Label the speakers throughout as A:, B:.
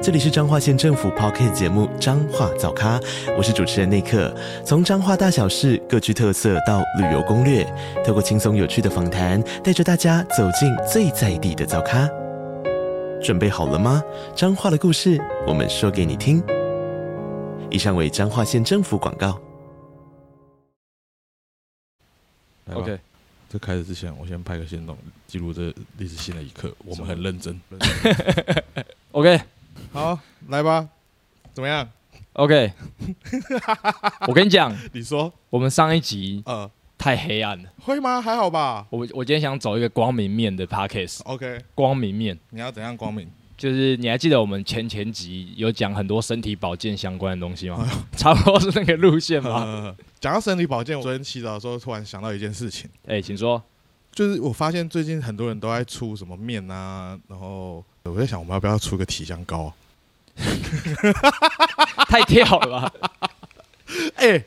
A: 这里是彰化县政府 p o c k t 节目《彰化早咖》，我是主持人内克。从彰化大小事各具特色到旅游攻略，透过轻松有趣的访谈，带着大家走进最在地的早咖。准备好了吗？彰化的故事，我们说给你听。以上为彰化县政府广告。
B: 来吧
C: OK，
B: 这开始之前，我先拍个先动，记录这历史性的一刻。我们很认真。
C: OK
B: 好，来吧，怎么样？
C: OK，我跟你讲，
B: 你说，
C: 我们上一集
B: 呃，
C: 太黑暗了，
B: 会吗？还好吧。
C: 我我今天想走一个光明面的 Pockets，
B: OK，
C: 光明面
B: 你要怎样光 明？
C: 就是你还记得我们前前集有讲很多身体保健相关的东
B: 哎
C: 西吗？ 差不多是那个路 线吧。
B: 呃，讲到身体保健，我昨天洗澡的时候突然想到一件事情，
C: 哎、请说。
B: 就是我发现最近很多人都在出什么面啊，然后我在想，我们要不要出个体香膏啊？
C: 太跳 了吧？
B: 哎、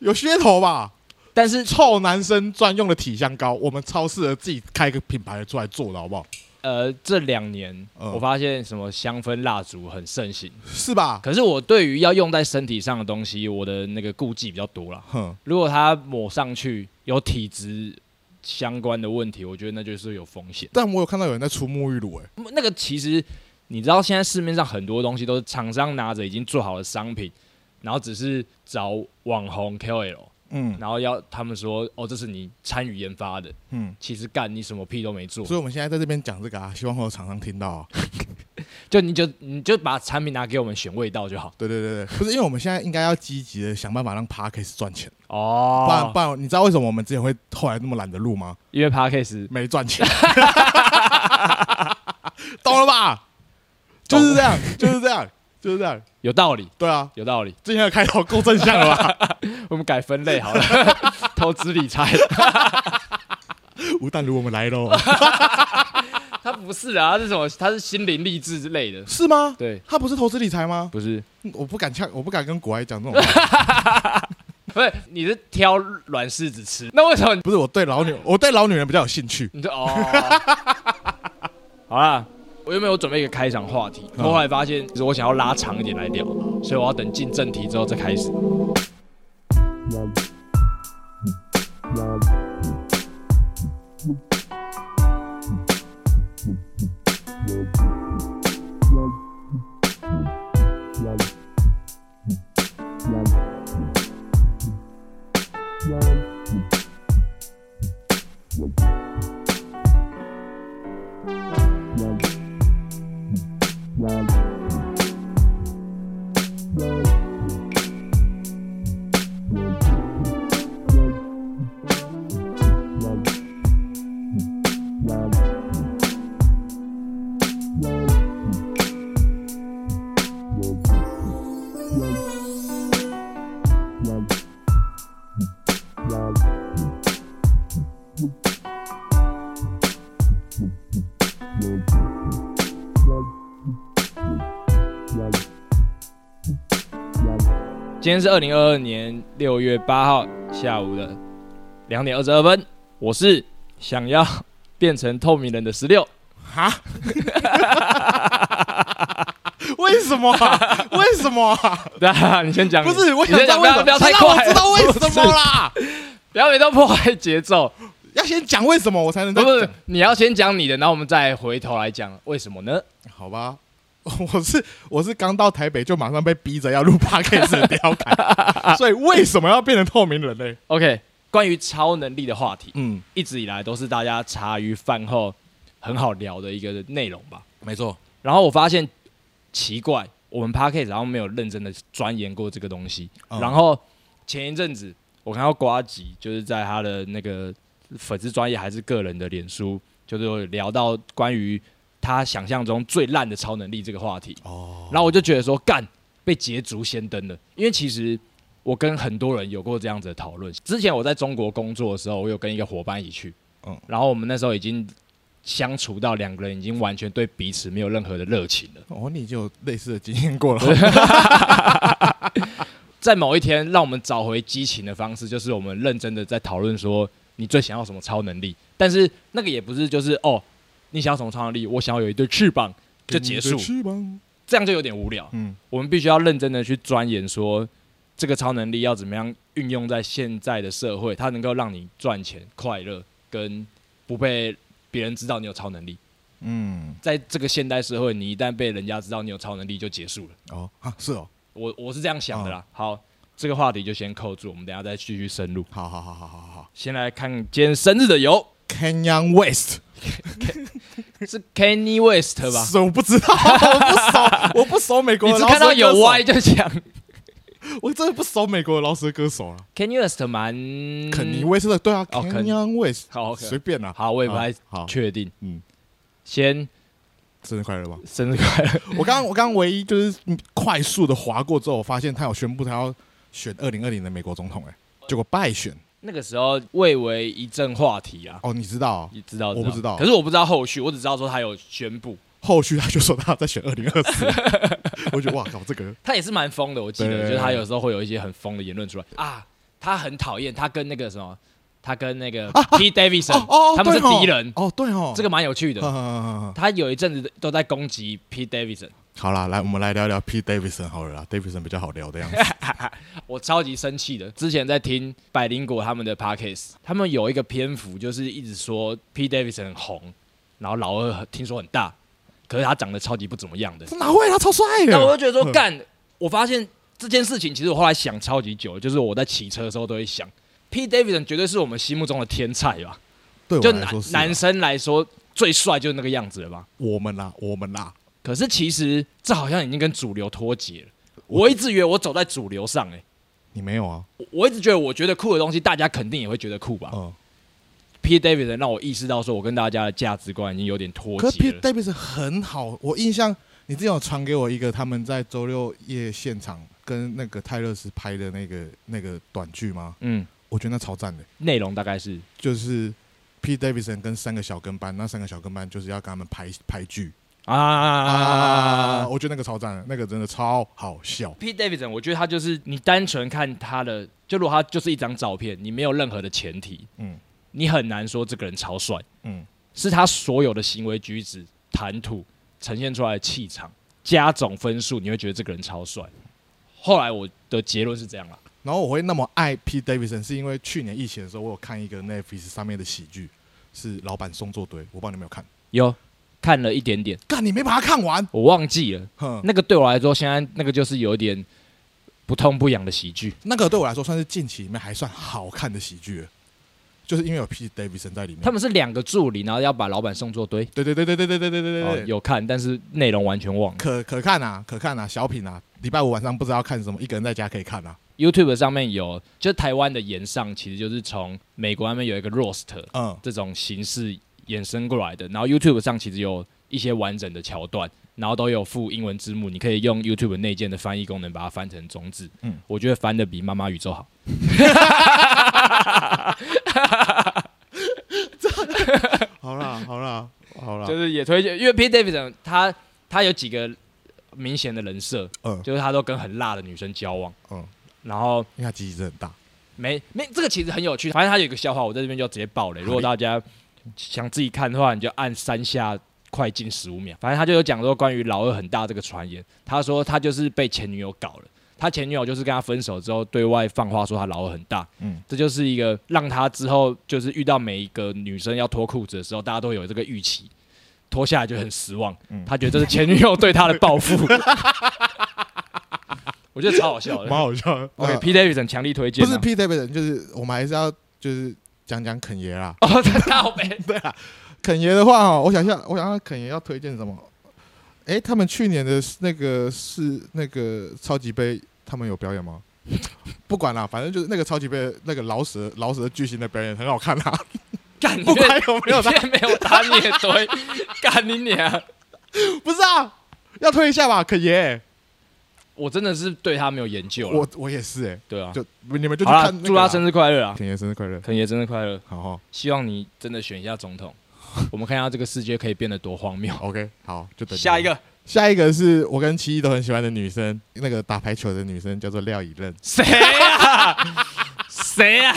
B: 有噱头吧？
C: 但是
B: 臭男生专用的体香膏，我们超适合自己开一个品牌出来做的，好不好？
C: 呃，这两年、
B: 嗯
C: 我发现什么香氛蜡烛很盛行，
B: 是吧？
C: 可是我对于要用在身体上的东西，我的那个顾忌比较多啦。
B: 哼，
C: 如果它抹上去有体质相关的问题，我觉得那就是有风险。
B: 但我有看到有人在出沐浴乳、哎，
C: 那个其实你知道，现在市面上很多东西都是厂商拿着已经做好的商品，然后只是找网红 KOL，
B: 嗯
C: 然后要他们说哦，这是你参与研发的，
B: 嗯。
C: 其实干你什么屁都没做
B: 所，以我们现在在这边讲这个啊，希望会有厂商听到啊。
C: 就你就你就把产品拿给我们选味道就好
B: 对对对对，不是因为我们现在应该要积极的想办法让 Parkes 赚钱，不然
C: 哦
B: 不，然你知道为什么我们之前会后来那么懒得录吗？
C: 因为 Parkes
B: 没赚钱， 懂了吧？就是这样，就是这样，就是这样。
C: 有道理，
B: 对啊，
C: 有道理，
B: 之前的开头够正向了 吧？
C: 我们改分类 好了，投资理财，
B: 吴淡如，我们来喽，
C: 它不是啊，它是什么？它是心灵励志之类的，
B: 是吗？
C: 对，
B: 他不是投资理财吗？
C: 不是，
B: 我不敢呛，我不敢跟国外讲这种话。
C: 不是，你是挑软柿子吃，那为什么你
B: 不是我对老女，我对老女人比较有兴趣。
C: 你 就哦，好啦，我原本有准备一个开场话
B: 嗯
C: 题，我后来发现，其实我想要拉长一点来聊，所以我要等进正题之后再开始。今天是二零二二年六月八号下午的两点二十二分，我是想要变成透明人的十六，
B: 哈？为什么 啊？为什么啊？
C: 对啊，你先讲，
B: 不是，我
C: 你
B: 想知
C: 先
B: 道
C: 讲，
B: 为什么，
C: 不要不要太
B: 让我
C: 快，
B: 知道为什么啦。
C: 不要每都破坏节奏，
B: 要先讲为什么，我才能
C: 不
B: 再
C: 是不是
B: 讲，
C: 你要先讲你的，然后我们再回头来讲为什么呢？
B: 好吧？ 我是我是刚到台北就马上被逼着要录 podcast 的调侃， 所以为什么要变成透明人类？
C: OK，关于超能力的话题，
B: 嗯，
C: 一直以来都是大家茶余饭后很好聊的一个内容吧。
B: 没错，
C: 然后我发现奇怪，我们 p a r k a s 然后没有认真的钻研过这个东西。
B: 嗯
C: 然后前一阵子我看到瓜吉就是在他的那个粉丝专业还是个人的脸书，就是有聊到关于他想象中最烂的超能力这个话题。
B: 哦，
C: 然后我就觉得说，干被捷足先登了，因为其实我跟很多人有过这样子的讨论。之前我在中国工作的时候，我有跟一个伙伴一起去，
B: 嗯
C: 然后我们那时候已经相处到两个人已经完全对彼此没有任何的热情了。
B: 哦，你已经有类似的经验过了，
C: 在某一天，让我们找回激情的方式，就是我们认真的在讨论说，你最想要什么超能力？但是那个也不是就是哦，你想要什么超能力？我想要有一对翅膀 就结
B: 给
C: 束
B: 你的，翅膀
C: 这样就有点无聊。
B: 嗯，
C: 我们必须要认真的去钻研说，这个超能力要怎么样运用在现在的社会，它能够让你赚钱、快乐，跟不被别人知道你有超能力。
B: 嗯，
C: 在这个现代社会，你一旦被人家知道你有超能力，就结束了。
B: 哦啊，是哦，
C: 我我是这样想
B: 嗯
C: 的啦。好，这个话题就先扣住，我们等一下再继续深入。
B: 好好好好好好好
C: 先来看今天生日的油
B: ，Canyon West
C: 是 Kanye West 吧？
B: 是我不知道， 我不熟，我不熟美国
C: 你
B: 的
C: 只
B: 饶
C: 看到
B: 舌歌
C: 有
B: 手
C: Y，就讲
B: 我真的不熟美国的饶舌歌手啊了。
C: Kanye West 蛮
B: 肯尼威斯的，对啊
C: 嗯哦肯
B: ，Canyon West，
C: 好，OK
B: 随便啦。
C: 好，我也不太
B: 好，
C: 确定。
B: 嗯，
C: 先
B: 生日快乐吧！
C: 生日快乐！
B: 我刚刚我刚刚唯一就是快速的划过之后，我发现他有宣布他要选二零二零的美国总统、欸，结果败选。
C: 那个时候蔚为一阵话题啊，
B: 哦，你知道哦、
C: 你知道？
B: 我不知道
C: 可是我不知道后续，我只知道说他有宣布，
B: 后续他就说他要再选二零二四， 我觉得哇靠，这 个
C: 他也是蛮疯的，我记
B: 对
C: 得，
B: 对
C: 就
B: 对
C: 是他有时候会有一些很疯的言论出来啊，他很讨厌他跟那个什么，他跟那个 P. Davidson，、
B: 哦哦，
C: 他们是
B: 对哦
C: 敌人，
B: 哦，对哦，
C: 这个蛮有趣的。
B: 个
C: 他有一阵子都在攻击 P. Davidson，
B: 好啦，来我们来聊聊 P. Davidson 好了啦，Davidson 比较好聊的样 子。
C: 我超级生气的。之前在听百灵果他们的 podcast，他们有一个篇幅就是一直说 P. Davidson 很红，然后老二很听说很大，可是他长得超级不怎么样的。
B: 这哪会？他超帅
C: 那我
B: 的。
C: 就觉得说，干，我发现这件事情，其实我后来想超级久，就是我在骑车的时候都会想，P. Davidson 绝对是我们心目中的天才吧？
B: 对
C: 就
B: 我来
C: 男
B: 说是啊
C: 男生来说，最帅就是那个样子了吧？
B: 我们啦，我们啦，
C: 可是其实这好像已经跟主流脱节了。我一直以为我走在主流上、欸，
B: 你没有啊？
C: 我我一直觉得我觉得酷的东西，大家肯定也会觉得酷吧、
B: 嗯，
C: p. Davidson 让我意识到，说我跟大家的价值观已经有点脱
B: 可是 P.
C: 节了。
B: Davidson 很好，我印象你之前有传给我一个他们在周六夜现场跟那个泰勒斯拍的那个那个短剧吗？
C: 嗯，
B: 我觉得那超赞的，
C: 内容大概是
B: 就是 P. Davidson 跟三个小跟班，那三个小跟班就是要跟他们拍拍剧啊，
C: 啊
B: 我觉得那个超赞的，那个真的超好笑。
C: P. Davidson，我觉得他就是你单纯看他的，就如果他就是一张照片，你没有任何的前提，
B: 嗯
C: 你很难说这个人超帅，
B: 嗯，
C: 是他所有的行为举止、谈吐呈现出来的气场加总分数，你会觉得这个人超帅。后来我的结论是这样啦，
B: 然后我会那么爱 P. Davidson，是因为去年疫情的时候，我有看一个 Netflix 上面的喜剧，是老板送作堆，我不知道你有没有看。
C: 有看了一点点，
B: 干，你没把它看完，
C: 我忘记了。
B: 哼，
C: 那个对我来说，现在那个就是有一点不痛不痒的喜剧。
B: 那个对我来说算是近期里面还算好看的喜剧了，就是因为有 P. Davidson 在里面。
C: 他们是两个助理，然后要把老板送作堆。
B: 对对对对对对对对对
C: 哦
B: 对，
C: 有看，但是内容完全忘了。
B: 可可看啊，可看啊，小品啊，礼拜五晚上不知道看什么，一个人在家可以看啊。
C: YouTube 上面有，就是台湾的延上，其实就是从美国那边有一个 roast
B: 嗯，
C: 这种形式衍生过来的。然后 YouTube 上其实有一些完整的桥段，然后都有附英文字幕，你可以用 YouTube 内建的翻译功能把它翻成中字。嗯
B: 嗯，
C: 我觉得翻的比《妈妈宇宙》 好。
B: 好啦好啦好啦，
C: 就是也推荐，因为 P. Davidson 他他有几个明显的人设，
B: 嗯，
C: 就是他都跟很辣的女生交往，嗯
B: 嗯，
C: 然后
B: 因为他鸡鸡真的很大，
C: 没没这个其实很有趣，反正他有一个笑话，我在这边就直接爆雷。如果大家想自己看的话，你就按三下快进十五秒。反正他就有讲说关于老二很大这个传言，他说他就是被前女友搞了。他前女友就是跟他分手之后，对外放话说他老二很大，嗯
B: 嗯，
C: 这就是一个让他之后就是遇到每一个女生要脱裤子的时候，大家都有这个预期，脱下来就很失望，
B: 嗯
C: 他觉得这是前女友对他的报 复，我觉得超好笑的
B: 蛮。好笑的。呃
C: OK，P. Davidson 强力推荐
B: 不
C: 啊，
B: 是 P. Davidson，就是我们还是要就是讲讲肯爷啦。
C: 哦，他靠 背，
B: 肯爷的话哦，我想一下，我想想肯爷要推荐什么？哎、他们去年的那个是那个超级杯，他们有表演吗？不管啦，反正就是那个超级杯的那个老蛇老蛇巨星的表演很好看啊啦，
C: 干你
B: 不管
C: 这
B: 有没有
C: 你
B: 他，
C: 这没有打你也 对，干你娘！
B: 不是啊，要推一下吧，肯爷。
C: 我真的是对他没有研究了。
B: 我我也是哎、
C: 对啊，
B: 就你们就去
C: 好啦，
B: 看、那
C: 祝他生
B: 日，
C: 日快乐啊！
B: 田爷生日快乐，
C: 肯爷生日快乐！
B: 好好
C: 希望你真的选一下总统，我们看一下这个世界可以变得多荒谬。
B: ，OK，好，就等你
C: 下一个
B: 下一个是我跟七一都很喜欢的女生，那个打排球的女生叫做廖以任，
C: 谁啊？谁啊？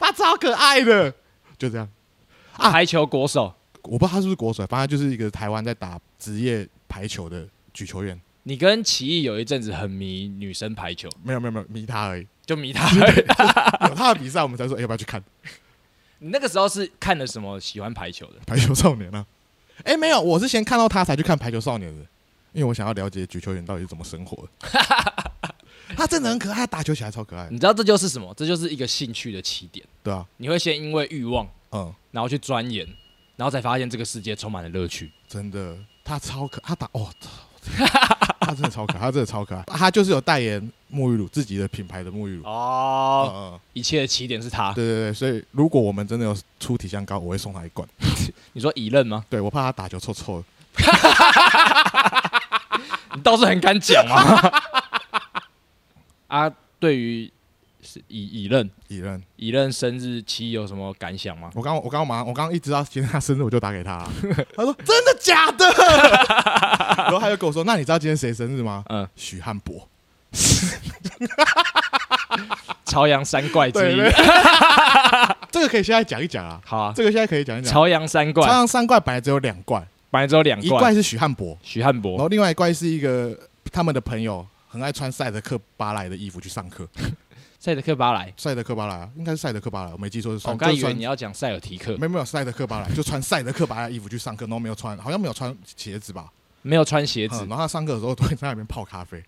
B: 她超可爱的，就这样。啊
C: 排球国手，
B: 我不知道她是不是国手，反正就是一个台湾在打职业排球的举球员。
C: 你跟奇艺有一阵子很迷女生排球，
B: 没有没有没有，迷她而已。
C: 就迷她。
B: 有她的比赛，我们才说、哎要不要去看
C: 你那个时候是看了什么喜欢排球的？
B: 排球少年啊？哎、没有，我是先看到她才去看排球少年的，因为我想要了解举球员到底是怎么生活的。她真的很可爱，她打球起来超可爱的，
C: 你知道这就是什么？这就是一个兴趣的起点。
B: 对啊，
C: 你会先因为欲望，
B: 嗯，
C: 然后去钻研，然后才发现这个世界充满了乐趣。
B: 真的，她超可，她打哦，她真的超可爱，她真的超可爱，她就是有代言沐浴乳，自己的品牌的沐浴乳。
C: 哦，
B: 嗯嗯，
C: 一切的起点是他。
B: 对对对，所以如果我们真的有出体香膏，我会送她一罐。
C: 你说乙任吗？
B: 对我怕她打球臭臭的，
C: 你倒是很敢讲啊！ 啊，对于是乙乙任
B: 以任。
C: 乙任生日期有什么感想吗？
B: 我刚我刚忙，我刚一知道今天他生日，我就打给他、他说真的假的？ 然后他就跟我说，那你知道今天谁生日吗？
C: 嗯，
B: 许汉博。
C: 朝阳三怪之一
B: 对。 这个可以现在讲一讲啊，
C: 好啊，
B: 这个现在可以讲一讲。
C: 朝阳三
B: 朝
C: 怪，
B: 阳三怪本来只有两怪，
C: 本来只有两
B: 一
C: 怪
B: 怪，是哦许汉博，
C: 许汉
B: 然
C: 博
B: 后另外一怪是一个他们的朋友，很爱穿赛德克巴莱的衣服去上课。
C: 赛德克巴莱。
B: 赛德克巴莱啊应该是赛德克巴莱，我没记错是
C: 我
B: 穿。
C: 刚
B: 哦就
C: 以为
B: 穿
C: 你要讲塞尔提克，
B: 没有没有赛德克巴莱，就穿赛德克巴莱的衣服去上课，然后没有穿，好像没有穿鞋子吧？
C: 没有穿鞋
B: 嗯
C: 子
B: 然后他上课的时候都会在那边泡咖 啡。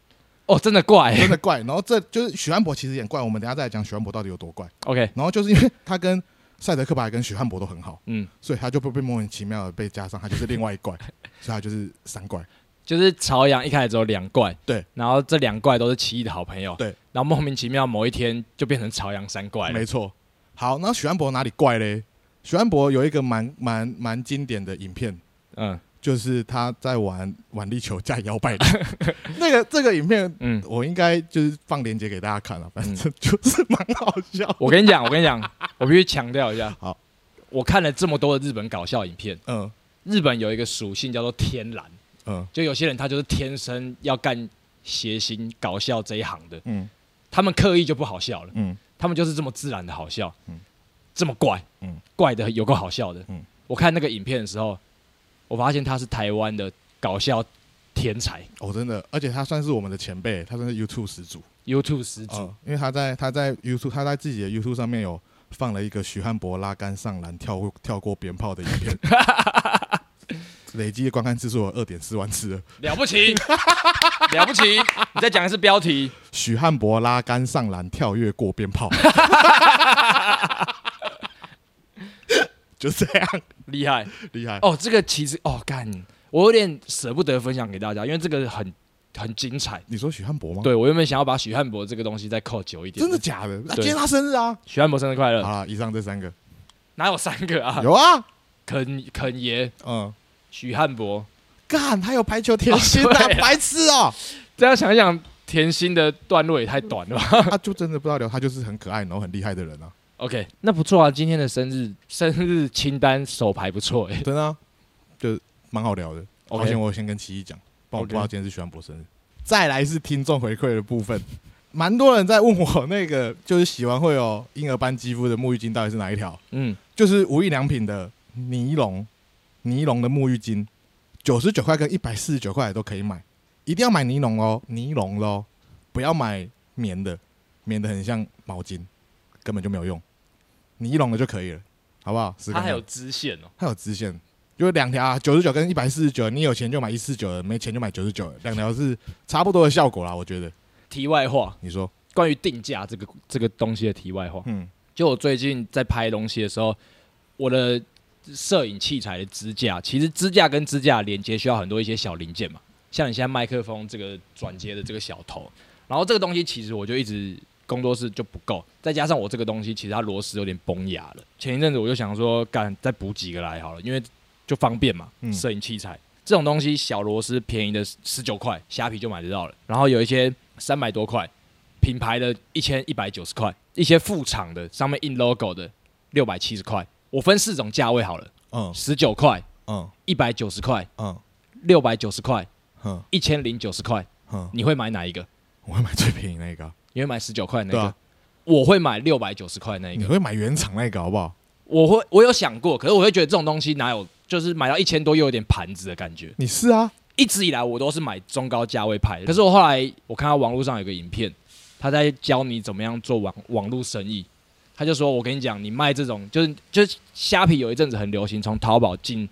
C: 哦，真的怪欸。
B: 真的怪。然后这就是许汉博其实也很怪，我们等一下再来讲许汉博到底有多怪。
C: OK，
B: 然后就是因为他跟赛德克巴莱跟许汉博都很好，
C: 嗯，
B: 所以他就不被莫名其妙的被加上，他就是另外一 怪，所以他就是三怪。
C: 就是朝阳一开始只有两怪，
B: 对，
C: 然后这两怪都是奇异的好朋友，
B: 对，
C: 然后莫名其妙某一天就变成朝阳三怪了
B: 没。错。好，那许汉博哪里怪嘞？许汉博有一个蛮蛮蛮经典的影片，
C: 嗯
B: 就是他在玩玩力球加摇 摆的那个这个影片。
C: 嗯，
B: 我应该就是放链接给大家看了，反正就是蛮好笑。
C: 我跟你讲，我跟 你讲，我必须强调一下，
B: 好，
C: 我看了这么多的日本搞笑影片，
B: 嗯
C: 日本有一个属性叫做天然，
B: 嗯
C: 就有些人他就是天生要干谐星搞笑这一行的，
B: 嗯
C: 他们刻意就不好笑了。
B: 嗯，
C: 他们就是这么自然的好笑，
B: 嗯
C: 这么怪，
B: 嗯
C: 怪的有够好笑的，
B: 嗯
C: 我看那个影片的时候，我发现他是台湾的搞笑天才
B: 哦，真的，而且他算是我们的前辈，他算是 YouTube 始祖。
C: ，YouTube 始祖，
B: 嗯，因为他在他在 YouTube 他在自己的 YouTube 上面有放了一个徐汉博拉杆上篮跳过跳过鞭炮的影 片，累计观看次数有二点四万次了。
C: 了不 起，了不起！你再讲一次标 题，
B: 许汉博拉杆上篮跳跃过鞭炮，就这样
C: 厉害
B: 厉害。
C: 哦！这个其实哦，干，我有点舍不得分享给大家，因为这个很很精彩。
B: 你说许汉博吗？，
C: 对我原本想要把许汉博这个东西再扣久一点，
B: 真的假的？那
C: 对
B: 今天他生日啊！
C: 许汉博生日快乐！
B: 好了，以上这三个
C: 哪有三个啊？
B: 有啊，
C: 肯肯爷、
B: 嗯，
C: 许汉博，
B: 干，他有排球甜心
C: 哦
B: 啊
C: 对，啊
B: 白痴哦！
C: 这样想一想，甜心的段落也太短了吧
B: 他就真的不知道聊，他就是很可爱，然后很厉害的人啊，
C: ？OK，那不错啊，今天的生日生日清单手牌不错哎、
B: 真的啊，就蛮好聊的。好
C: OK，
B: 险我先跟奇艺讲，不然我
C: OK
B: 不知道今天是徐安博生日。再来是听众回馈的部分，蛮多人在问我那个就是洗完会有婴儿般肌肤的沐浴巾到底是哪一条？
C: 嗯，
B: 就是无印良品的尼龙尼龙的沐浴巾，九十九块跟一百四十九块都可以买，一定要买尼龙哦，尼龙咯，不要买棉的，棉的很像毛巾，根本就没有用，尼龙的就可以了，好不好？十
C: 它
B: 公
C: 还
B: 分
C: 有支线哦。
B: 它有支线，就是两条啊，九十九跟一百四十九，你有钱就买一四九的，没钱就买九十九的，两条是差不多的效果啦，我觉得。
C: 题外话，
B: 你说，
C: 关于定价这个这个东西的题外话，
B: 嗯
C: 就我最近在拍东西的时候，我的摄影器材的支架，其实支架跟支架连接需要很多一些小零件嘛，像你现在麦克风这个转接的这个小头，然后这个东西其实我就一直工作室就不够，再加上我这个东西其实它螺丝有点崩牙了，前一阵子我就想说，干再补几个来好了，因为就方便嘛，
B: 嗯
C: 摄影器材。这种东西小螺丝便宜的十九块，虾皮就买得到了。然后有一些三百多块，品牌的一千一百九十块，一些副厂的上面印 logo 的六百七十块。我分四种价位好了，
B: 嗯
C: 十九块、
B: 嗯
C: 一百九十块、
B: 嗯
C: 六百九十块、
B: 嗯
C: 一千零九十块，
B: 嗯，
C: 你会买哪一个？
B: 我会买最便宜那个啊，
C: 你会买十九块那
B: 对
C: 个？
B: 啊，
C: 我会买六百九十块那一
B: 你
C: 个。
B: 会买原厂那个好不好？
C: 我会我有想过，可是我会觉得这种东西哪有，就是买到一千多又有点盘子的感觉。
B: 你是啊，
C: 一直以来我都是买中高价位派的，可是我后来我看到网络上有个影片，他在教你怎么样做网网络生意。他就说：“我跟你讲，你卖这种就是就是虾皮有一阵子很流行，从淘宝进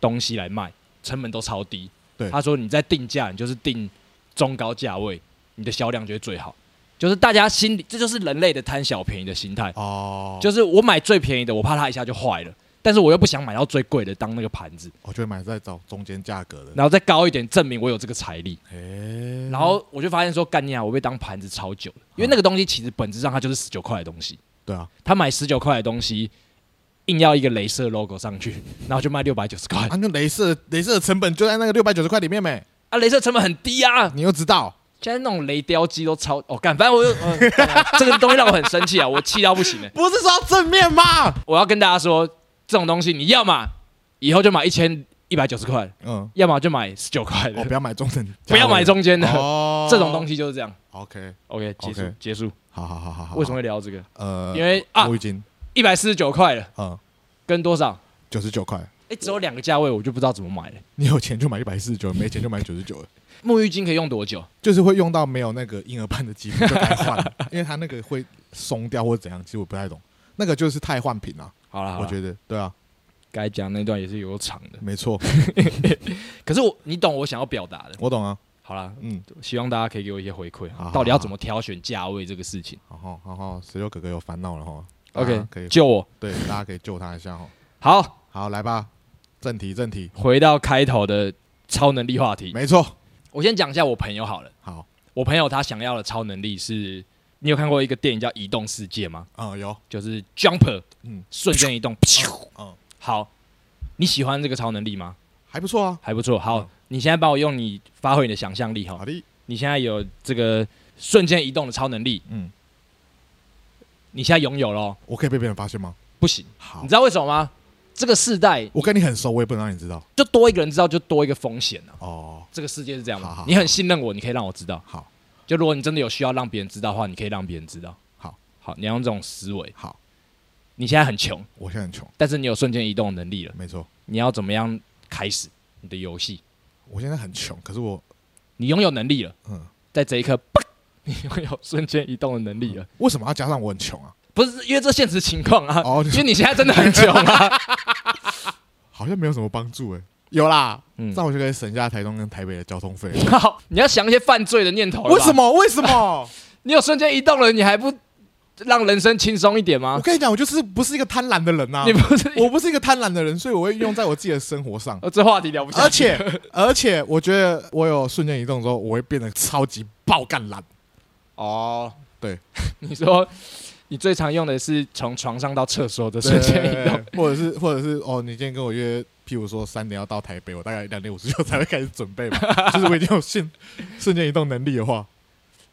C: 东西来卖，成本都超低。
B: 对
C: 他说你在定价，你就是定中高价位，你的销量就会最好。就是大家心里，这就是人类的贪小便宜的心态。
B: 哦，
C: 就是我买最便宜的，我怕它一下就坏了，但是我又不想买到最贵的当那个盘子，
B: 我就会买在找中间价格的，
C: 然后再高一点证明我有这个财力。
B: 哎，
C: 然后我就发现说，干你啊，我被当盘子超久了，因为那个东西其实本质上它就是十九块的东西，
B: 对啊，
C: 他买十九块的东西，硬要一个镭射 logo 上去，然后就卖六百九十块
B: 啊，那镭射镭射的成本就在那个六百九十块里面没，
C: 啊，镭射成本很低啊，
B: 你又知道，
C: 现在那种雷雕机都超哦，干，反正我就、呃干啊这个东西让我很生气啊，我气到不行了、
B: 不是说要正面吗？
C: 我要跟大家说，这种东西你要嘛，以后就买一千一百九十块，
B: 嗯，哦
C: 要么就买十九块的
B: 我不，要买中等，
C: 不要买中间的，
B: 哦
C: 这种东
B: 西。
C: 西就是这样。
B: OK，
C: OK，结束
B: OK
C: 结束。
B: 好好好好好，
C: 为什么会聊这个？
B: 呃，
C: 因为啊
B: 我已经
C: 一百四十九块了，
B: 嗯
C: 跟多少？
B: 九十九块，
C: 哎，只有两个价位，我就不知道怎么买了。
B: 你有钱就买一百四十九，没钱就买九十九，
C: 沐浴巾可以用多久？
B: 就是会用到没有那个婴儿般的肌肤就该换了，因为它那个会松掉或者怎样，其实我不太懂。那个就是太换品了，
C: 好了，
B: 我
C: 得
B: 觉得对啊，
C: 该讲那段也是有长的。
B: 没错，
C: 可是我，你懂我想要表达的。
B: 我懂啊，
C: 好啦，
B: 嗯，
C: 希望大家可以给我一些回馈啊
B: 好好，
C: 到底要怎么挑选价位这个事情。
B: 然后然后石榴哥哥有烦恼了哈
C: OK，
B: 可以
C: 救我。
B: 对大家可以救他一下哈。
C: 好，
B: 好，来吧，正题正题，
C: 回到开头的超能力话题，
B: 没错，
C: 我先讲一下我朋友好了。
B: 好，
C: 我朋友他想要的超能力是，你有看过一个电影叫《移动世界》吗？
B: 嗯，有，
C: 就是 jumper，
B: 嗯
C: 瞬间移动。噗
B: 嗯，
C: 好，你喜欢这个超能力吗？
B: 还不错啊，
C: 还不错。好
B: 嗯，
C: 你现在帮我用你发挥你的想象力哈
B: 好。的，
C: 你现在有这个瞬间移动的超能力，
B: 嗯，
C: 你现在拥有了哦，
B: 我可以被别人发现吗？
C: 不行。
B: 好
C: 你知，道为什么吗？这个世代
B: 我跟你很熟，我也不能让你知道
C: 就多一个人知道，就多一个风险啊。
B: 哦。
C: 这个世界是这样
B: 好好
C: 的
B: 好，
C: 你很信任我，你可以让我知道。
B: 好，
C: 就如果你真的有需要让别人知道的话，你可以让别人知道。
B: 好，
C: 好，你要用这种思维。
B: 好，
C: 你现在很穷，
B: 我现在很穷，
C: 但是你有瞬间移动的能力了，
B: 没错，
C: 你要怎么样开始你的游戏？
B: 我现在很穷，可是我，
C: 你拥有能力了，
B: 嗯，
C: 在这一刻，啪你拥有瞬间移动的能力了。
B: 为什么要加上我很穷啊？
C: 不是因为这现实情况啊，
B: 哦你
C: 因为你现在真的很穷啊。
B: 好像没有什么帮助哎、有啦，
C: 嗯
B: 这，样我就可以省下台东跟台北的交通 费。
C: 好，你要想一些犯罪的念头。
B: 为什？么？为什 么？
C: 你有瞬间移动了，你还不让人生轻松一点
B: 我
C: 吗？
B: 跟你讲，我就是不是一个贪婪的人呐、啊
C: 你不 是？。
B: 我不是一个贪婪的人，所以我会用在我自己的生活上
C: 呃这话题聊不下
B: 而
C: 去。
B: 且，而且，我觉得我有瞬间移动之后，我会变得超级爆干懒。
C: 哦，
B: 对，
C: 你说你最常用的是从床上到厕所的瞬间移动。
B: 对，或者是，或者是，哦，你今天跟我约，譬如说三点要到台北，我大概两点五十九才会开始准备嘛。就是我已经有瞬瞬间移动能力的话，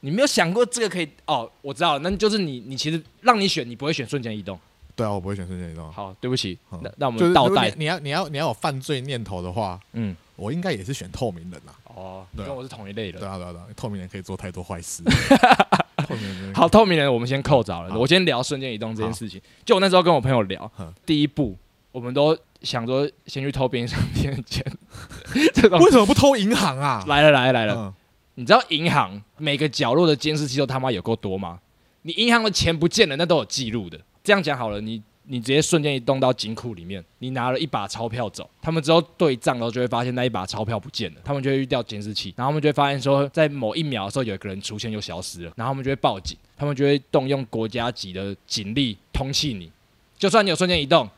C: 你没有想过这个可以？哦，我知道了，那就是你，你其实让你选，你不会选瞬间移动。
B: 对啊，我不会选瞬间移动啊。
C: 好，对不起，
B: 嗯
C: 那那我
B: 就是
C: 们
B: 如
C: 倒
B: 果
C: 带
B: 你。你要你要你要有犯罪念头的话，
C: 嗯，
B: 我应该也是选透明人啦。
C: 哦，
B: 对啊
C: 跟我是同一类的
B: 对。啊对啊对啊，透明人可以做太多坏 事。透明人真的
C: 好，，透明人我们先扣着了。
B: 好
C: 我先聊瞬间移动这件事情。就我那时候跟我朋友聊
B: 嗯，
C: 第一步我们都想说先去偷便利商店的钱， 这种
B: 为什么不偷银行啊？
C: 来了来了来了。
B: 嗯，
C: 你知道银行每个角落的监视器都他妈有够多吗？你银行的钱不见了，那都有记录的。这样讲好了，你你直接瞬间移动到金库里面，你拿了一把钞票走，他们之后对账，然后就会发现那一把钞票不见了，他们就会遇到监视器，然后他们就会发现说，在某一秒的时候有一个人出现又消失了，然后他们就会报警，他们就会动用国家级的警力通缉你。就算你有瞬间移动，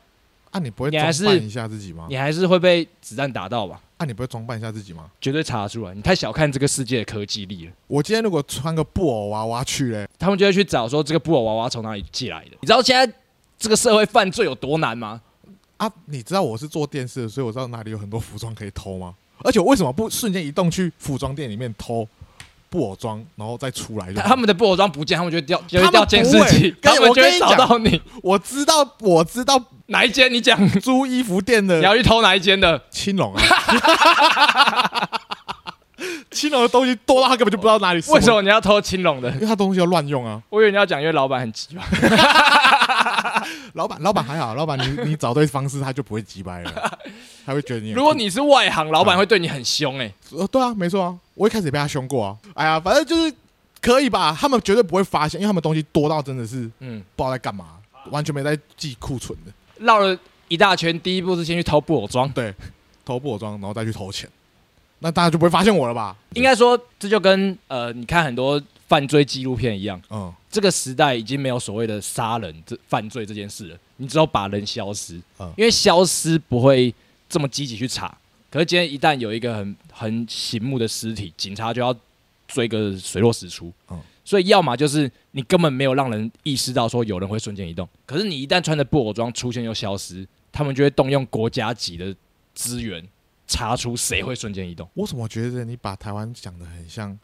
B: 啊，你不会
C: 你
B: 装
C: 还是
B: 扮一下自己吗
C: 你？还是会被子弹打到吧？
B: 啊，你不会装扮一下自己吗？
C: 绝对查得出来，你太小看这个世界的科技力了。
B: 我今天如果穿个布偶娃娃去嘞，
C: 他们就会去找说这个布偶娃娃从哪里寄来的。你知道现在这个社会犯罪有多难吗？
B: 啊，你知道我是做电视的，所以我知道哪里有很多服装可以偷吗？而且我为什么不瞬间移动去服装店里面偷布偶装，然后再出来就
C: 他
B: 好？
C: 他们的布偶装不嗯见，他们就会掉，就
B: 他们
C: 会掉监视
B: 不会
C: 器，
B: 跟
C: 他们
B: 我
C: 就
B: 跟
C: 会
B: 你
C: 找
B: 讲
C: 到你。
B: 我知道，我知道
C: 哪一间？你讲，
B: 租衣服店
C: 你
B: 的
C: 要去偷哪一间的？
B: 青龙啊， 青龙的东西多到他根本就不知道哪里是。
C: 为什？么你要偷青龙的
B: 因？为他东西要乱用啊。
C: 我以为你要讲，因为老板很急吧？
B: 老板，老板还好，老板你你找对方式，他就不会急掰 了，他会觉得你有
C: 如果你是外行，老板会对你很凶哎。
B: 呃，对啊，没错啊，我一开始也被他凶过啊。哎呀，反正就是可以吧，他们绝对不会发现，因为他们东西多到真的是
C: 嗯，
B: 不知道在干嘛，完全没在记库存的。
C: 绕了一大圈，第一步是先去偷布偶装。
B: 对，偷布偶装，然后再去偷钱，那大家就不会发现我了吧？
C: 应该说，这就跟呃，你看很多犯罪纪录片一样，
B: 嗯，
C: 这个时代已经没有所谓的杀人这犯罪这件事了。你只有把人消失
B: 嗯，
C: 因为消失不会这么积极去查。可是今天一旦有一个很很醒目的尸体，警察就要追个水落石出
B: 嗯。
C: 所以要么就是你根本没有让人意识到说有人会瞬间移动，可是你一旦穿着布偶装出现又消失，他们就会动用国家级的资源查出谁会瞬间移动，
B: 我怎么觉得你把台湾讲的很像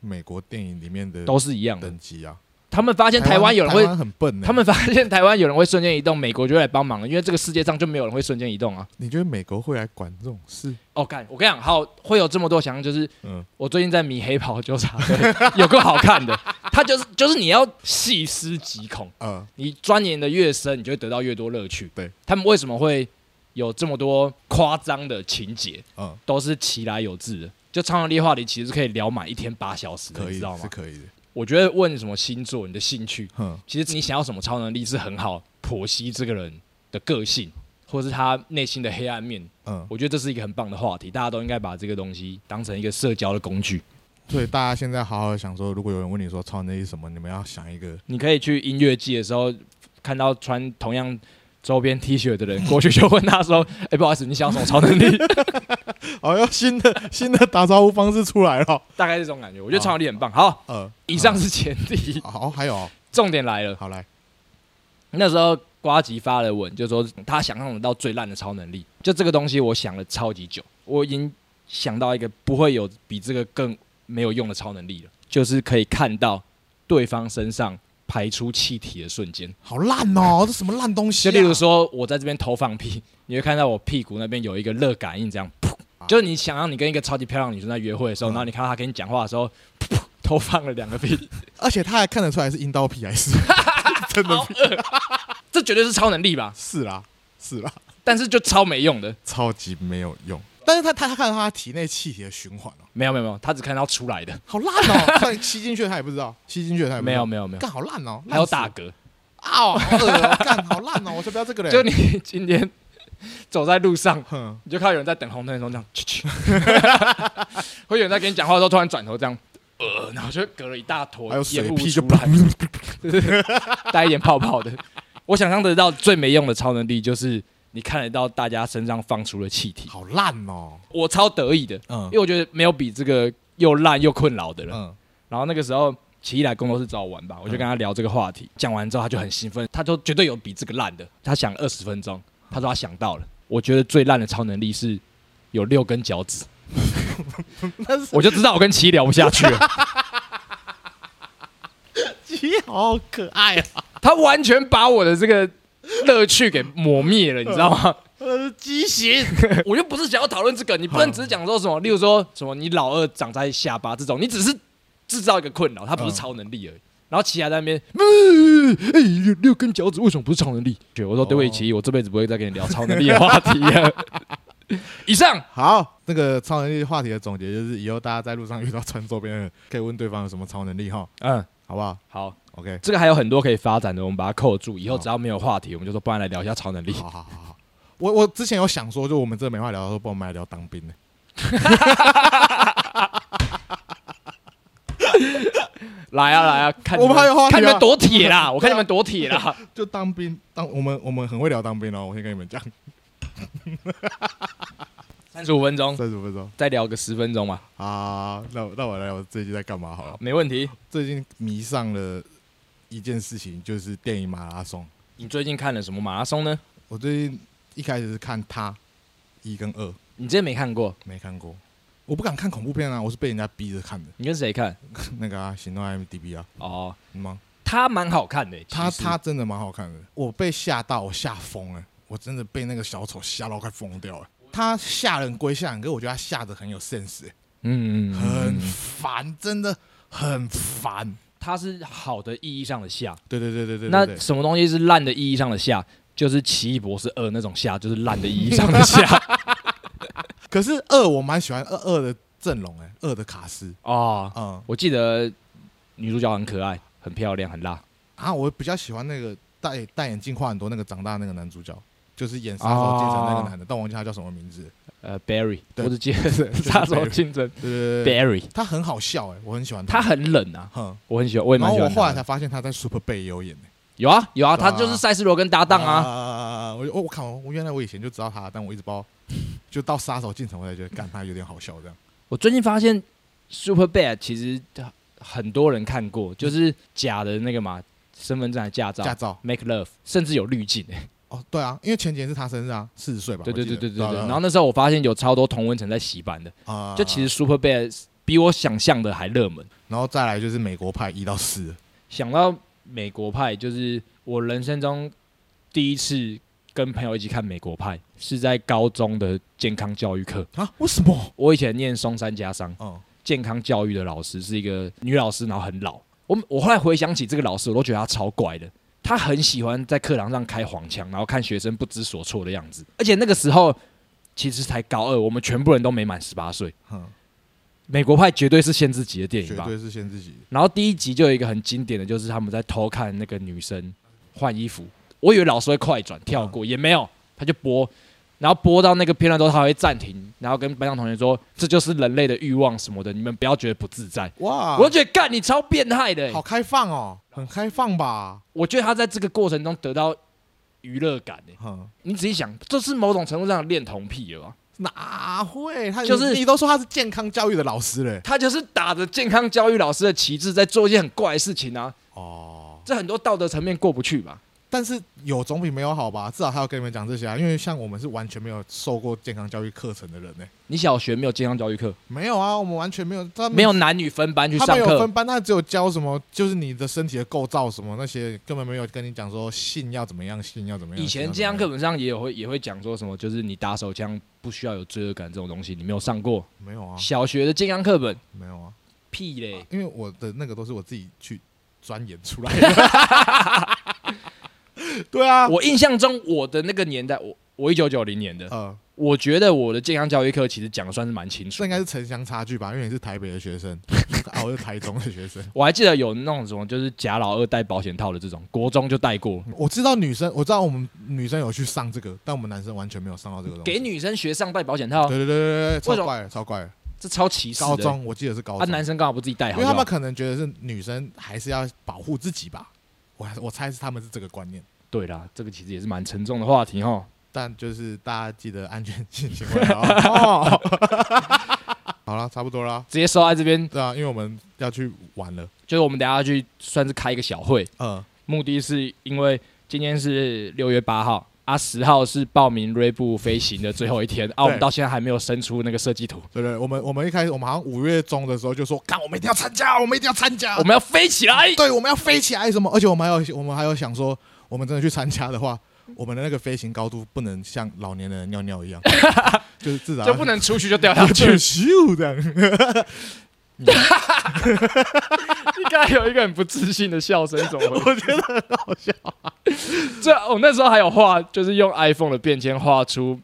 B: 美国电影里面的
C: 都是一样的。
B: 等级啊？
C: 他们发现台湾有人
B: 台
C: 会
B: 湾很笨、欸，
C: 他们发现台湾有人会瞬间移动，美国就会来帮忙了，因为这个世界上就没有人会瞬间移动啊。
B: 你觉得美国会来管这种事？
C: 哦，干！我跟你讲，好，会有这么多想象，就是
B: 嗯，
C: 我最近在迷《黑袍纠察队》，有个好看的，它就是就是你要细思极恐，
B: 呃，
C: 你钻研的越深，你就会得到越多乐趣。
B: 对，
C: 他们为什么会有这么多夸张的情节，
B: 嗯，
C: 都是其来有自的。就《超能力话》里其实是可以聊满一天八小时的，
B: 可
C: 你
B: 以
C: 知道
B: 是
C: 吗？
B: 可以的，
C: 我觉得问什么星座、你的兴趣，
B: 哼，
C: 其实你想要什么超能力是很好剖析这个人的个性，或是他内心的黑暗面。
B: 嗯，
C: 我觉得这是一个很棒的话题，大家都应该把这个东西当成一个社交的工具。
B: 所以大家现在好好想说，如果有人问你说超能力是什么，你们要想一个
C: 你可以去音乐季的时候看到穿同样周边 T 恤的人，过去就问他说：“哎、不好意思，你想要什么超能力
B: 哦，要新的 新的打招呼方式出来了。？”
C: 大概是这种感觉。我觉得超能力很棒。好，
B: 呃，
C: 以上是前提，
B: 好、还有哦、
C: 重点来了。
B: 好来，
C: 那时候瓜吉发了文，就说他想象得到最烂的超能力，就这个东西，我想了超级久，我已经想到一个不会有比这个更没有用的超能力了，就是可以看到对方身上排出气体的瞬间。
B: 好烂哦，这什么烂东西、啊？
C: 就例如说，我在这边偷放屁，你会看到我屁股那边有一个热感应，这样噗，就是你想让你跟一个超级漂亮的女生在约会的时候，
B: 嗯
C: 然后你看到她跟你讲话的时候， 噗偷放了两个屁，
B: 而且他还看得出来是阴道屁还是 真的屁，
C: 这绝对是超能力吧？
B: 是啦，是啦，
C: 但是就超没用的。
B: 超级没有用。但是他他他看到他体内气体的循环哦，
C: 没有没有没有，他只看到出来的，
B: 好烂 哦，算吸进去他也不知道，吸进去他也不知
C: 没
B: 道
C: 有没有没有。
B: 干好烂哦，
C: 还有
B: 烂死
C: 打
B: 了
C: 嗝，
B: 啊、哦，好恶哦，干好烂哦，我才不要这个人。
C: 就你 今天走在路上，
B: 哼，
C: 你就看到有人在等红灯的时候这样，去去， 会有人在跟你讲话的时候突然转头这样，呃，然后就隔了一大坨
B: 还有水
C: 烟雾
B: 屁就
C: 出来，带一点泡泡的。我想象得到最没用的超能力就是你看得到大家身上放出的气体，
B: 好烂哦，
C: 我超得意的，
B: 嗯
C: 因为我觉得没有比这个又烂又困扰的了。
B: 嗯，
C: 然后那个时候奇一来工作室找我玩吧，我就跟他聊这个话题，讲完之后他就很兴奋，他说绝对有比这个烂的，他想二十分钟，他说他想到了，我觉得最烂的超能力是有六根脚趾，
B: 那是
C: 我就知道我跟奇一聊不下去了，
B: 鸡好可爱啊，
C: 他完全把我的这个乐趣给磨灭了，你知道吗？
B: 那是畸形。
C: 我就不是想要讨论这个，你不能只是讲说什么，例如说什么你老二长在下巴这种，你只是制造一个困扰，它不是超能
B: 嗯
C: 力而已。然后奇亚在那边，嗯哎、六六根脚趾为什么不是超能力？对我说对不起，奇，我这辈子不会再跟你聊超能力的话题了。 以上
B: 好，那个超能力话题的总结就是，以后大家在路上遇到穿周边的人，可以问对方有什么超能力哈，
C: 嗯，
B: 好不好
C: 好，
B: ？OK，
C: 这个还有很多可以发展的，我们把它扣住。以后
B: 好
C: 只要没有话题，我们就说不然来聊一下超能力。
B: 好好好好。我我之前有想说，就我们这没话聊，说不然我们来聊当兵呢、
C: 来啊来啊，看你
B: 我们还有话题啊啊
C: 看你们多铁啦，我看你们多铁啦。
B: 就当兵，当我们我们很会聊当兵哦。我先跟你们讲，
C: 三十五分钟，
B: 三十分钟
C: 再聊个十分钟嘛，
B: 啊，那我那我来聊我最近在干嘛好了。
C: 没问题。
B: 最近迷上了一件事情，就是电影马拉松。
C: 你最近看了什么马拉松呢？
B: 我最近一开始是看他，一跟二
C: 你真没看过？
B: 没看过，我不敢看恐怖片啊，我是被人家逼着看的。
C: 你跟谁看？
B: 那个啊，行动 IMDB 啊，
C: 哦，
B: 嗯吗？
C: 他蛮好看的、
B: 他
C: 其实
B: 他真的蛮好看的，我被吓到，我吓疯了，我真的被那个小丑吓到快疯掉了。他吓人归吓人，可是我觉得他吓得很有 sense，、欸
C: 嗯嗯嗯嗯
B: 很烦，真的很烦。
C: 他是好的意义上的下。
B: 对对对对对，对
C: 那
B: 对
C: 什么东西是烂的意义上的下？就是《奇异博士二》那种下，就是烂的意义上的下
B: 可是二我蛮喜欢二二的阵容、欸，哎，二的卡斯，
C: 哦。
B: 嗯
C: 我记得女主角很可爱，很漂亮，很辣。
B: 啊，我比较喜欢那个戴戴眼镜画很多那个长大那个男主角，就是演杀手进城那个男的，
C: 哦
B: 但我忘记他叫什么名字。
C: 呃，Barry，
B: 对
C: 我只记
B: 对
C: 得
B: 就是
C: 杀手
B: Barry
C: 竞争
B: 对对对对，
C: Barry，
B: 他很好笑哎、我很喜欢
C: 他
B: 他。
C: 很冷啊，
B: 哼，
C: 我很喜欢，我也
B: 然
C: 蛮
B: 后
C: 喜
B: 我后
C: 欢他
B: 来
C: 的。
B: 才发现他在 Super 贝有演、欸，
C: 有啊有啊，
B: 对啊
C: 他就是赛斯罗跟搭档啊。
B: 啊！我就哦我靠，我原来我以前就知道他，但我一直不知道，就到杀手进城我才觉得干他有点好笑这样。
C: 我最近发现 Super Bad 其实很多人看过，就是假的那个嘛，身份证还驾照
B: 驾照
C: Make Love，甚至有滤镜、欸。
B: 哦，对啊，因为前几年是他生日啊，四十岁吧？
C: 对对对对对对。然
B: 然
C: 后那时候我发现有超多同温层在洗版的，
B: 啊，
C: 就其实 Super Bad 比我想象的还热门。
B: 然后再来就是美国派一到四，
C: 想到美国派，就是我人生中第一次跟朋友一起看美国派，是在高中的健康教育课。
B: 啊？为什么？
C: 我以前念松山家商
B: 嗯，
C: 健康教育的老师，是一个女老师，然后很老。我我后来回想起这个老师，我都觉得她超怪的。她很喜欢在课堂上开黄腔，然后看学生不知所措的样子。而且那个时候其实才高二，我们全部人都没满十八岁。
B: 哼，
C: 美国派绝对是限制级的电影
B: 绝
C: 吧？
B: 对是先自己。
C: 然后第一集就有一个很经典的，就是他们在偷看那个女生换衣服。我以为老师会快转跳过，也没有，他就播，然后播到那个片段之后，他会暂停，然后跟班上同学说：“这就是人类的欲望什么的，你们不要觉得不自在。
B: 哇，
C: 我觉得干你超变态的、
B: 啊好
C: 欸，
B: 开放哦，很开放吧？
C: 我觉得他在这个过程中得到娱乐感、欸、
B: 哼，
C: 你仔细想，这是某种程度上的恋童癖了吧？啊
B: 哪会？他
C: 就是
B: 你你都说他是健康教育的老师嘞。
C: 他就是打着健康教育老师的旗帜，在做一件很怪的事情啊，
B: 哦，
C: 这很多道德层面过不去吧？
B: 但是有总比没有好吧？至少他要跟你们讲这些啊，因为像我们是完全没有受过健康教育课程的人呢、
C: 你小学没有健康教育课，
B: 没有啊，我们完全没有，他们
C: 没有，男女分班去
B: 他
C: 上
B: 们有
C: 课
B: 分，班，他只有教什么，就是你的身体的构造什么那些，根本没有跟你讲说性要怎么样，性要怎么样。
C: 以前
B: 性
C: 健
B: 要
C: 康
B: 怎
C: 课
B: 么样
C: 本上也有会也会讲说什么，就是你打手枪不需要有罪恶感这种东西，你没有上过
B: 没有啊，
C: 小学的健康课本，
B: 没有啊，
C: 屁嘞！
B: 因为我的那个都是我自己去钻研出来的。 对啊，
C: 我印象中我的那个年代，我我一九九零年的，
B: 呃，
C: 我觉得我的健康教育课其实讲的算是蛮清楚
B: 这应该
C: 的。
B: 是城乡差距吧，因为你是台北的学 生，啊，我是台中的学生。
C: 我还记得有那种什么，就是假老二戴保险套的这种，国中就戴过。
B: 我知道女生，我知道我们女生有去上这个，但我们男生完全没有上到这个东西。
C: 给女生学上戴保险套
B: 对，对对对对，超
C: 为什么
B: 怪的超怪的。
C: 这超歧视
B: 高
C: 的。
B: 中我记得是高
C: 啊，
B: 中，
C: 男生刚好不自己戴
B: 因
C: 好
B: 为
C: 就好，
B: 他们可能觉得是女生还是要保护自己吧，我还我猜是他们是这个观念。
C: 对啦，这个其实也是蛮沉重的话题哈。
B: 但就是大家记得安全性行为 啊哦。好了，差不多啦。
C: 直接收在这边，
B: 对啊，因为我们要去玩了。
C: 就是我们等一下去算是开一个小会，
B: 嗯，
C: 目的是因为今天是六月八号啊，十号是报名锐步飞行的最后一天啊，我们到现在还没有生出那个设计图，
B: 对对，我们我们一开始我们好像五月中的时候就说，看我们一定要参加，我们一定要参加，
C: 我们要飞起来。
B: 对，我们要飞起来什么？而且我们还有我们还有想说，我们真的去参加的话， 我们的那个飞行高度不能像老年人的尿尿一样， 就是至少
C: 就不能出去就掉下
B: 要
C: 去
B: 去，咻这样。
C: 应 该有一个很不自信的笑声，怎么？我觉得很好笑。 这我那时候还有画，就是用 iPhone 的便签画出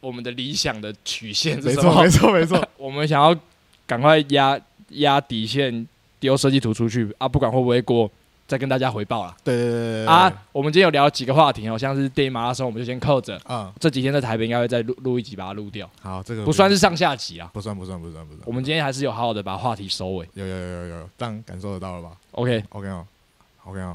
C: 我们的理想的曲线是
B: 没
C: 什
B: 错，
C: 么
B: 没？错， 没错。
C: 我们想要赶快压压底线，丢设计图出去啊，不管会不会过，再跟大家回报啦。
B: 对对对对对
C: 啊，我们今天有聊几个话题哦，像是电影马拉松，我们就先扣着。
B: 嗯，
C: 这几天在台北应该会再录录一集，把它录掉，
B: 好，这个
C: 不算是上下集啊。
B: 不算，不算，不算，不算。
C: 我们今天还是有好好的把话题收尾。
B: 有有有有有，这样感受得到了吧
C: OK，
B: ？OK 哦，OK 哦。